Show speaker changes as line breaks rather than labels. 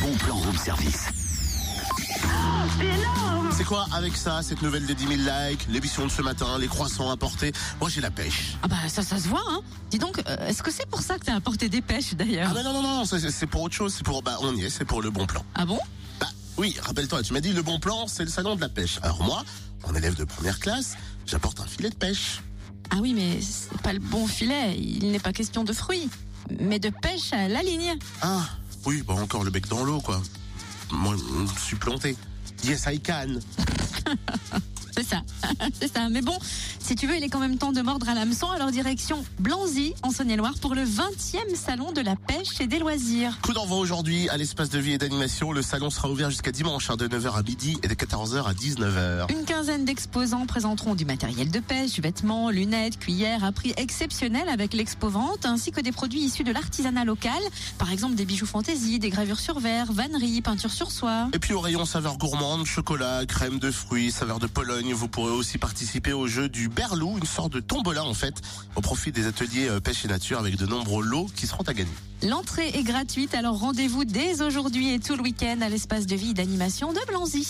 bon plan room service.
C'est quoi avec ça, cette nouvelle des 10 000 likes, l'émission de ce matin, les croissants apportés Moi j'ai la pêche.
Ah bah ça, ça se voit, hein. Dis donc, euh, est-ce que c'est pour ça que t'as apporté des pêches
Ah
d'ailleurs
bah non, non, non, c'est- c'est pour autre chose, c'est pour... Bah on y est, c'est pour le bon plan.
Ah bon
Bah oui, rappelle-toi, tu m'as dit le bon plan, c'est le salon de la pêche. Alors moi, en élève de première classe, j'apporte un filet de pêche.
Ah oui, mais c'est pas le bon filet. Il n'est pas question de fruits, mais de pêche à la ligne.
Ah, oui, bah encore le bec dans l'eau, quoi. Moi, je suis planté. Yes, I can.
C'est ça, c'est ça. Mais bon, si tu veux, il est quand même temps de mordre à l'hameçon. Alors direction Blanzy, en Saône-et-Loire, pour le 20e salon de la pêche et des loisirs.
Coup d'envoi aujourd'hui à l'espace de vie et d'animation. Le salon sera ouvert jusqu'à dimanche, hein, de 9h à midi et de 14h à 19h.
Une quinzaine d'exposants présenteront du matériel de pêche, vêtements, lunettes, cuillères à prix exceptionnel avec l'expo vente, ainsi que des produits issus de l'artisanat local, par exemple des bijoux fantaisie, des gravures sur verre, vanneries, peintures sur soie.
Et puis au rayon saveur gourmande, chocolat, crème de fruits, saveur de Pologne, vous pourrez aussi participer au jeu du berlou, une sorte de tombola en fait, au profit des ateliers euh, pêche et nature avec de nombreux lots qui seront à gagner.
L'entrée est gratuite, alors rendez-vous dès aujourd'hui et tout le week-end à l'espace de vie et d'animation de Blanzy.